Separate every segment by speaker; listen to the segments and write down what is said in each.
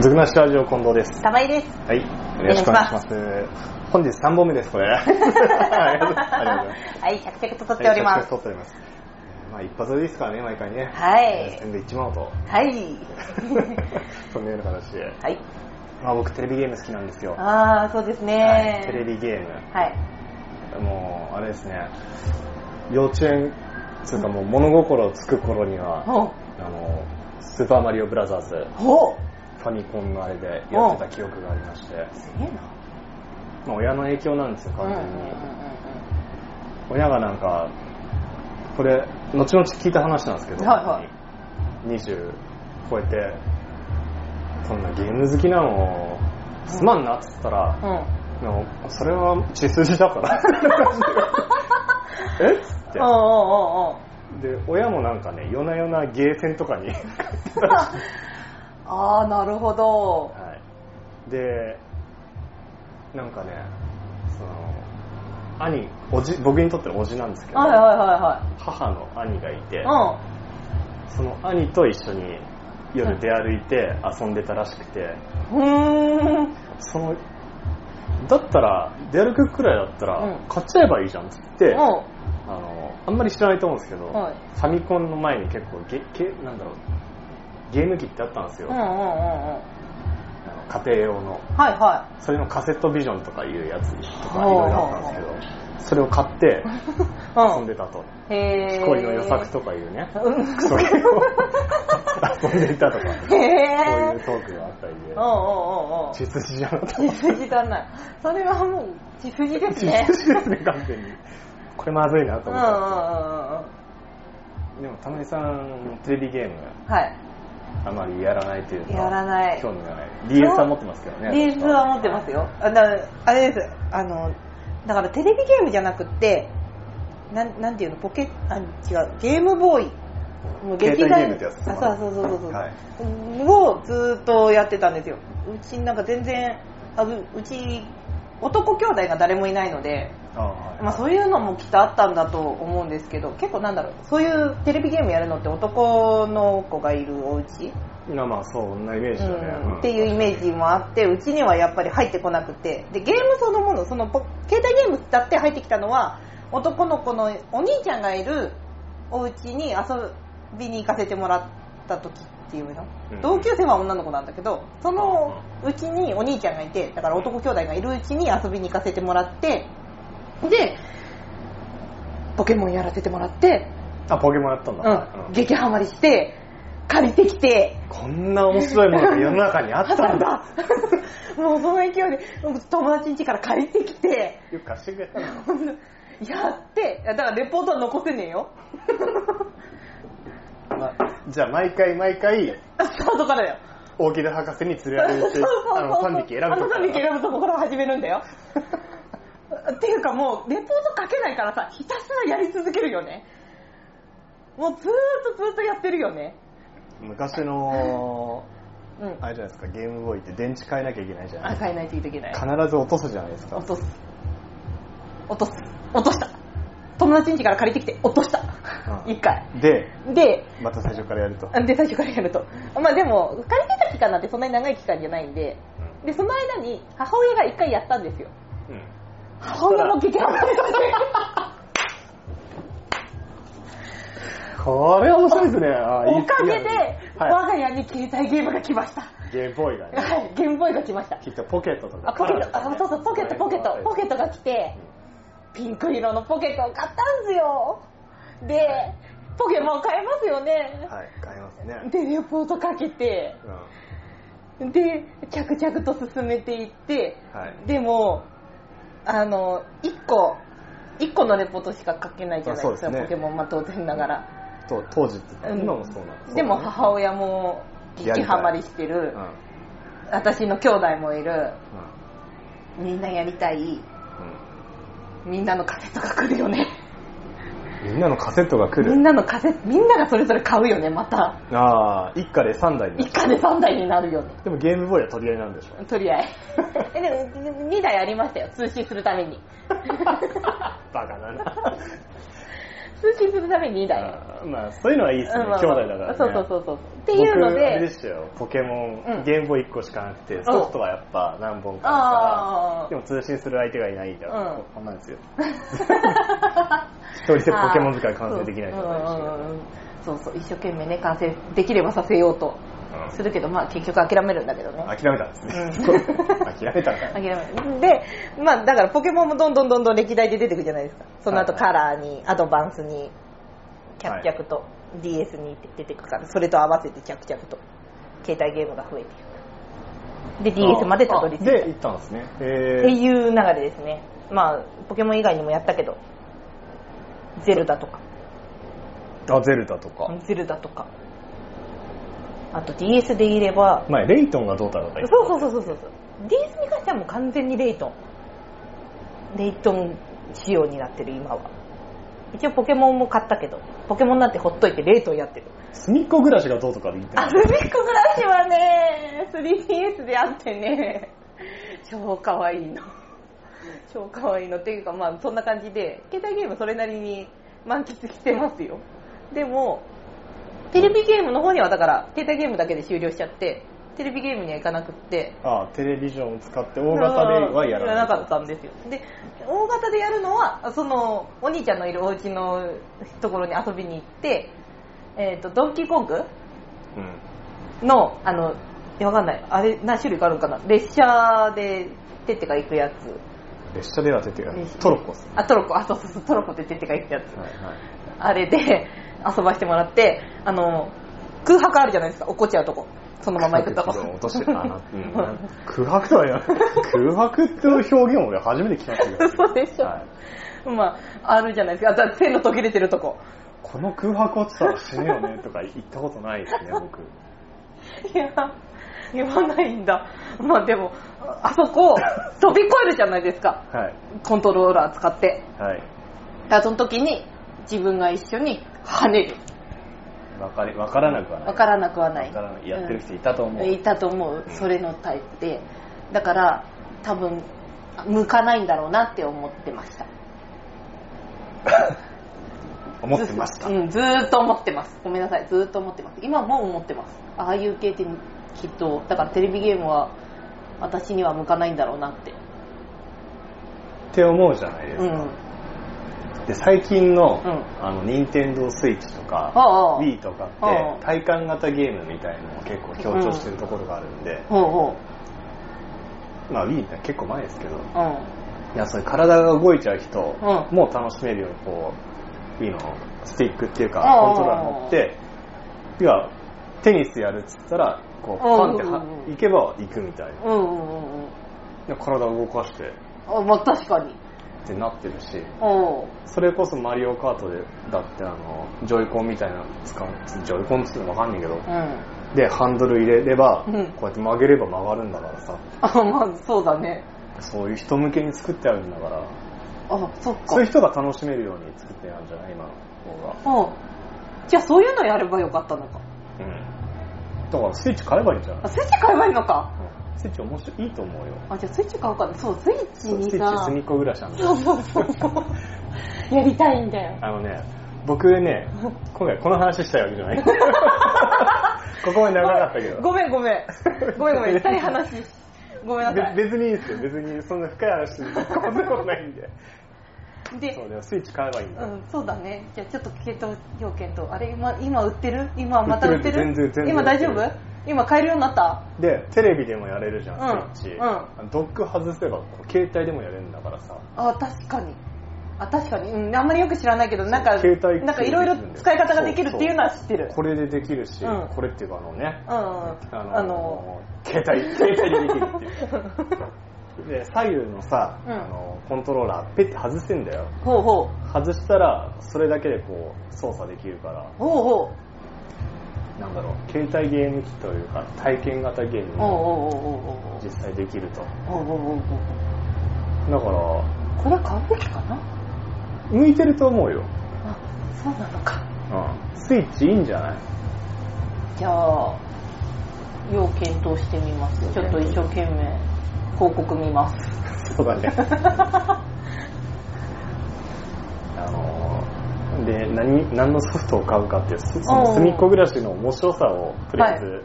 Speaker 1: ズグナシラジオ近藤です。
Speaker 2: 玉井です。
Speaker 1: はい。よろしくお願いします。本日3本目です、こ れ。ありがとうありがとうございます。
Speaker 2: はい、着々と撮っております。
Speaker 1: 撮っております。まあ、一発撮りですからね、毎回ね。
Speaker 2: はい
Speaker 1: えー宣伝行っちまお うと。
Speaker 2: はい。
Speaker 1: そんなような形で。
Speaker 2: はい。
Speaker 1: まあ、僕、テレビゲーム好きなんですよ。
Speaker 2: ああ、そうです
Speaker 1: は
Speaker 2: ね
Speaker 1: い。テレビゲーム。
Speaker 2: はい。
Speaker 1: もう、あれですね。幼稚園、つうかもう物心つく頃には、
Speaker 2: ほ
Speaker 1: あの、スーパーマリオブラザーズ、
Speaker 2: う。ほ
Speaker 1: ファミコンのあれでやってた記憶がありまして。
Speaker 2: う。すげえな。
Speaker 1: まあ、親の影響なんですよ、完
Speaker 2: うんうん
Speaker 1: 全
Speaker 2: うん
Speaker 1: に。親がなんか、これ、後々聞いた話なんですけど、
Speaker 2: はいはい
Speaker 1: 20超えて、そんなゲーム好きなの、すまんなっつったら、
Speaker 2: うん。うん。
Speaker 1: でもそれは血筋だから。 えっつって。
Speaker 2: おうおうおうおう。
Speaker 1: で、親もなんかね、夜な夜なゲーセンと かに行ってたらしい
Speaker 2: ああ、なるほど。
Speaker 1: はい、でなんかねその兄おじ僕にとってのおじなんですけど、
Speaker 2: はいはいは
Speaker 1: 母の兄がいて、
Speaker 2: いは
Speaker 1: その兄と一緒に夜出歩いて遊んでたらしくて
Speaker 2: い。うん。うーん。
Speaker 1: そのだったら出歩くくらいだったら、
Speaker 2: うん
Speaker 1: 買っちゃえばいいじゃんっつって、
Speaker 2: うん。
Speaker 1: あ
Speaker 2: は
Speaker 1: のあんまり知らないと思うんですけど、
Speaker 2: はい
Speaker 1: ファミコンの前に結構ゲゲなんだろうゲーム機ってあったんです
Speaker 2: い。
Speaker 1: よ、
Speaker 2: うんうんうん
Speaker 1: あ
Speaker 2: うん。
Speaker 1: の家庭用の
Speaker 2: はいは
Speaker 1: それのカセットビジョンとかいうやつとかいろいろあったんですけど、それを買って
Speaker 2: い。
Speaker 1: 遊ん
Speaker 2: うん。
Speaker 1: でたと。
Speaker 2: へえ。
Speaker 1: 木こりの予策とかいうね、
Speaker 2: うん。
Speaker 1: クソゲー を遊んでいたとか、
Speaker 2: へ
Speaker 1: そうい
Speaker 2: え
Speaker 1: う。トークがあったりで
Speaker 2: おう、おうおうおう。
Speaker 1: 血筋じゃなかった。
Speaker 2: 血筋だな。それはもう血筋です ね。
Speaker 1: 血筋ですね、完全に。これまずいな
Speaker 2: う
Speaker 1: と
Speaker 2: んうんうんうん
Speaker 1: 思っ
Speaker 2: は
Speaker 1: て。でも、たまにさん、テレビゲーム
Speaker 2: い。
Speaker 1: あまりやらないというか、
Speaker 2: やらない
Speaker 1: 興味がない。DS は持ってますけどね。
Speaker 2: リースは持ってますよ。あだあれです。あの、だからテレビゲームじゃなくって、なんなんていうの、ポケあ、違う、ゲームボーイ。もう
Speaker 1: 携帯
Speaker 2: 劇団
Speaker 1: ゲームってやつですね
Speaker 2: あ、そうそうそうそう。
Speaker 1: はい
Speaker 2: をずーっとやってたんですよ。うちなんか全然、あううち、男兄弟が誰もいないので、
Speaker 1: あはい
Speaker 2: まあ、そういうのもきっとあったんだと思うんですけど結構なんだろうそういうテレビゲームやるのって男の子がいるお家、
Speaker 1: まあまあ、そんなイメージだね。
Speaker 2: うん
Speaker 1: ん
Speaker 2: っていうイメージもあってうちにはやっぱり入ってこなくてでゲームそのものそのポ携帯ゲームだって入ってきたのは男の子のお兄ちゃんがいるお家に遊びに行かせてもらった時っていうの、
Speaker 1: うん
Speaker 2: 同級生は女の子なんだけどそのうちにお兄ちゃんがいてだから男兄弟がいるうちに遊びに行かせてもらってでポケモンやらせてもらって、
Speaker 1: あ、ポケモンやったんだ。
Speaker 2: う、
Speaker 1: うんん
Speaker 2: 激ハマりして借りてきて
Speaker 1: こんな面白いものが世の中にあったん だ。
Speaker 2: もうその勢いで友達ん家から借りてきて
Speaker 1: よく貸してくれたの
Speaker 2: やっていやだからレポートは残せねえよ
Speaker 1: まじゃあ毎回毎回、
Speaker 2: スタートからだよ
Speaker 1: 大木田博士に連れられ て、あの、3匹選ぶ
Speaker 2: あの
Speaker 1: とか
Speaker 2: 3匹選ぶとこから始めるんだよっていうかもうレポート書けないからさひたすらやり続けるよねもうずーっとずーっとやってるよね
Speaker 1: 昔の、
Speaker 2: うん
Speaker 1: あれじゃないですか、ゲームボーイって電池変えなきゃいけないじゃない
Speaker 2: あ
Speaker 1: ですか。
Speaker 2: 変えないといけない
Speaker 1: 必ず落とすじゃないですか
Speaker 2: 落。とす落とす落とした友達ん家から借りてきて落とした、
Speaker 1: うん
Speaker 2: 一回
Speaker 1: で、
Speaker 2: で
Speaker 1: また最初からやると。
Speaker 2: で最初からやるとまあでも借りてた期間なんてそんなに長い期間じゃないんででその間に母親が一回やったんですよ
Speaker 1: うんうん
Speaker 2: 母親も激ハマり
Speaker 1: これ面白いですね。あいい
Speaker 2: おかげで我
Speaker 1: は
Speaker 2: が家に携帯ゲームが来ました
Speaker 1: い、ゲームボーイがね、
Speaker 2: はいゲームボーイが来ました
Speaker 1: きっとポケットとか
Speaker 2: あポケットあそうそうポケットポケットポケットが来てピンク色のポケットを買ったんですよでポケモン買えますよね
Speaker 1: はい、買いますね。
Speaker 2: でレポートかけて
Speaker 1: うん
Speaker 2: で着々と進めていって、
Speaker 1: はい
Speaker 2: でもあの1個1個のレポートしか書けないじゃないです
Speaker 1: まあそうです
Speaker 2: か
Speaker 1: ね
Speaker 2: ポケモンまあ当然ながら、
Speaker 1: と当時って、
Speaker 2: うん
Speaker 1: 今もそうなんです
Speaker 2: でも母親も激ハマりしてる、
Speaker 1: うん
Speaker 2: 私の兄弟もいる
Speaker 1: うん
Speaker 2: みんなやりたい
Speaker 1: うん
Speaker 2: みんなのカセットが来るよね
Speaker 1: みんなのカセットが来
Speaker 2: みん
Speaker 1: る。
Speaker 2: なのカセットみんながそれぞれ買うよねまた
Speaker 1: ああ、一家で3台にな
Speaker 2: 一
Speaker 1: る。
Speaker 2: 家で3台になるよね
Speaker 1: でもゲームボーイは取り合いなんでしょ。
Speaker 2: とりあ えずえでも2台ありましたよ通信するために
Speaker 1: バカだな。
Speaker 2: 通信するために2台。
Speaker 1: あー まあ、そういうのはいいですね。
Speaker 2: うんまあ
Speaker 1: 兄弟だから、ね。
Speaker 2: そうそうそうそう。っていうの
Speaker 1: 僕あれで
Speaker 2: で、
Speaker 1: したよポケモン、
Speaker 2: うん
Speaker 1: ゲームボーイ1個しかなくてソフトはやっぱ何本か
Speaker 2: あ
Speaker 1: あ
Speaker 2: ー
Speaker 1: るからでも通信する相手がいないんだから、
Speaker 2: うん
Speaker 1: こんなんで すよ一人でポケモン使い完成できない状態でしたけど
Speaker 2: うんうんう
Speaker 1: ね
Speaker 2: んそうそう、一生懸命ね、完成できればさせようとするけど、まあ結局諦めるんだけどね。
Speaker 1: うん諦めたんですね、
Speaker 2: う ん
Speaker 1: 諦めたんだ
Speaker 2: 諦めるで、まあだからポケモンもどんどんどんどん歴代で出てくるじゃないですか。その後
Speaker 1: はいは
Speaker 2: カラーに、アドバンスに、キャッキャクと DS にって出てくから、それと合わせてキャッキャクと携帯ゲームが増えていく。で、DS までたどり着いた。
Speaker 1: で行ったんですねえ
Speaker 2: って
Speaker 1: ー、
Speaker 2: いう流れですね。まあ、ポケモン以外にもやったけど、ゼルダとか、
Speaker 1: あゼルダとか、
Speaker 2: ゼルダとか、あと DS でいれば、
Speaker 1: 前レイトンがどうたらとか言
Speaker 2: そう
Speaker 1: って
Speaker 2: そうそうそうそう。DS に関してはもう完全にレイトン。レイトン仕様になってる今は。一応ポケモンも買ったけど、ポケモンなんてほっといてレイトンやってる。
Speaker 1: 隅っこ暮らしがどうとかで言って
Speaker 2: ア
Speaker 1: ない
Speaker 2: ルビック暮らしはね、3DS であってね、超かわいいの。超かわいいの。っていうか、まあそんな感じで、携帯ゲームそれなりに満喫してますよ。でも、テレビゲームの方にはだから、携帯ゲームだけで終了しちゃって、テレビゲームには行かなくって、
Speaker 1: あテレビジョンを使って大型ではやらない
Speaker 2: やかったんですよで大型でやるのはそのお兄ちゃんのいるお家のところに遊びに行って、えー、とドンキーコング
Speaker 1: うん
Speaker 2: のあのいやわかんないあれ何種類かあるんかな列車でテッテが行くやつ
Speaker 1: 列車では出て
Speaker 2: 列車
Speaker 1: トロッコっすね
Speaker 2: あトロッコあそうそうそうトロッコでテッテが行くやつ
Speaker 1: はいはい
Speaker 2: あれで遊ばしてもらってあの空白あるじゃないですか落っこっちゃうとこそのまま行くとこ
Speaker 1: 落としてたな、うんなん空白とは言わない空白っていう表現を俺初めて聞きましたけど
Speaker 2: そうでしょ
Speaker 1: はい
Speaker 2: まああるじゃないですかあとは線の途切れてるとこ
Speaker 1: この空白落ちたら死ぬよねとか言ったことない ですね僕
Speaker 2: いや、言わないんだ。まあでも、あそこ、飛び越えるじゃないですか。
Speaker 1: はい
Speaker 2: コントローラー使って。
Speaker 1: はい
Speaker 2: だからその時に、自分が一緒に跳ねる。
Speaker 1: わかりわからなくはない
Speaker 2: わからなくはない。
Speaker 1: わからないやってる人いたと思う、
Speaker 2: うんいたと思う。それのタイプで。だから、多分、向かないんだろうなって思ってました。
Speaker 1: 思ってました、
Speaker 2: うん、ずーっと思ってます。ごめんなさい、ずーっと思ってます。今も思ってます。ああいう系ってきっと、だからテレビゲームは私には向かないんだろうなって。
Speaker 1: って思うじゃないです
Speaker 2: う
Speaker 1: か、
Speaker 2: ん。
Speaker 1: で最近の、
Speaker 2: うん
Speaker 1: あの任天堂スイッチとか
Speaker 2: ああ
Speaker 1: Wii とかって
Speaker 2: ああ
Speaker 1: 体感型ゲームみたいのを結構強調してるところがあるんで、
Speaker 2: ほうほ
Speaker 1: まあ Wii って結構前ですけど
Speaker 2: う。うん。
Speaker 1: いや、それ体が動いちゃう人
Speaker 2: うん
Speaker 1: もう楽しめるように、こう、いいの、スティックっていうか、
Speaker 2: うん
Speaker 1: コントローラー持って、いや、テニスやるっつったら、こう、パンっては
Speaker 2: うんうんうん
Speaker 1: 行けば行くみたいな。
Speaker 2: うんうんうんうん。
Speaker 1: で体を動かしてっ
Speaker 2: あ、まあ確かに。
Speaker 1: てなってるし、
Speaker 2: おう
Speaker 1: それこそマリオカートで、だってあの、ジョイコンみたいなの使う、ジョイコンっつってもわかんないけど、
Speaker 2: うん。
Speaker 1: で、ハンドル入れれば、
Speaker 2: うん
Speaker 1: こうやって曲げれば曲がるんだからさ、
Speaker 2: あ、まあそうだね。
Speaker 1: そういう人向けに作ってあるんだから、
Speaker 2: あ、そっか。
Speaker 1: そういう人が楽しめるように作ってあるんじゃない今の方が。
Speaker 2: おうじゃあそういうのやればよかったのか。
Speaker 1: うんだからスイッチ買えばいいんじゃない
Speaker 2: あ、スイッチ買えばいいのか。
Speaker 1: うんスイッチ面白いいいと思うよ。
Speaker 2: あ、じゃあスイッチ買おうかな。そう、スイッチ
Speaker 1: そう
Speaker 2: に
Speaker 1: スイッチ
Speaker 2: さ。
Speaker 1: 隅っこ暮らしなんだ
Speaker 2: そうそうそうそう。 やりたいんだよ。
Speaker 1: あのね、僕 ね、今回この話したいわけじゃない。ここまで長かったけど。
Speaker 2: ごめんごめん。ごめんごめん。痛い話。 ごめんなさ
Speaker 1: べ
Speaker 2: い。
Speaker 1: 別にいいですよ。別にそんな深い話することない んで。
Speaker 2: で
Speaker 1: そうだよ、スイッチ買えばいいんだ
Speaker 2: う
Speaker 1: よ。
Speaker 2: ん、そうだね。じゃあちょっと検討要件と。あれ、今、今売ってる今また売っ
Speaker 1: 売って
Speaker 2: てる
Speaker 1: る全然全然
Speaker 2: 今大丈
Speaker 1: 売っ
Speaker 2: 夫
Speaker 1: て
Speaker 2: 今買えるようになった
Speaker 1: で、テレビでもやれるじゃん、
Speaker 2: うん
Speaker 1: スイッチ。
Speaker 2: うん
Speaker 1: あのドック外せば、こう携帯でもやれるんだからさ。
Speaker 2: あ、確かに。あ、確かに。うん、あんまりよく知らないけど、なんか、
Speaker 1: 携帯
Speaker 2: なんかいろいろ使い方ができるっていうのは知ってる。
Speaker 1: これでできるし、
Speaker 2: うん
Speaker 1: これっていうかあのね、
Speaker 2: うんうん。
Speaker 1: あの
Speaker 2: あの、
Speaker 1: 携 帯、携帯でできるっていう。で左右のさ、
Speaker 2: うん
Speaker 1: あのコントローラーペッて外せんだよ
Speaker 2: ほうほ
Speaker 1: 外したらそれだけでこう操作できるから
Speaker 2: う。ほうほう。
Speaker 1: なんだろう携帯ゲーム機というか体験型ゲーム
Speaker 2: おう
Speaker 1: も
Speaker 2: おうおうおうおう
Speaker 1: 実際できるとだ
Speaker 2: おうおうおうおう
Speaker 1: から
Speaker 2: これ買うべきかな
Speaker 1: 向いてると思うよ、
Speaker 2: あ、そうなのか。
Speaker 1: うん、スイッチいいんじゃない
Speaker 2: じゃあ、要検討してみます。ちょっと一生懸命広告見ます。
Speaker 1: そうだねあので何何のソフトを買うかっていうすその隅っこ暮らしの面白さをとりあえず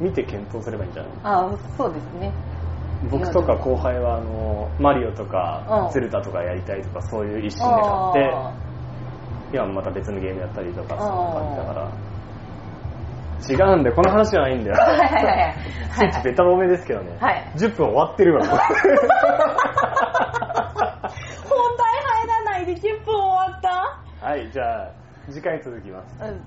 Speaker 1: 見て検討すればいいんじゃない、
Speaker 2: ああそうですね
Speaker 1: 僕とか後輩はあのマリオと
Speaker 2: う
Speaker 1: か
Speaker 2: ん
Speaker 1: ゼルダとかやりたいとかそういう一心で
Speaker 2: あ
Speaker 1: 買って今
Speaker 2: あ
Speaker 1: また別のゲームやったりとか
Speaker 2: あー
Speaker 1: そんな感じだから違うんだよこの話じゃないんだよ
Speaker 2: はいはいはい はいはいはい
Speaker 1: ベタ褒めですけどね、
Speaker 2: はい
Speaker 1: 10分終わってるわ
Speaker 2: 本題入らないで10分終わった
Speaker 1: はいじゃあ次回続きます
Speaker 2: うん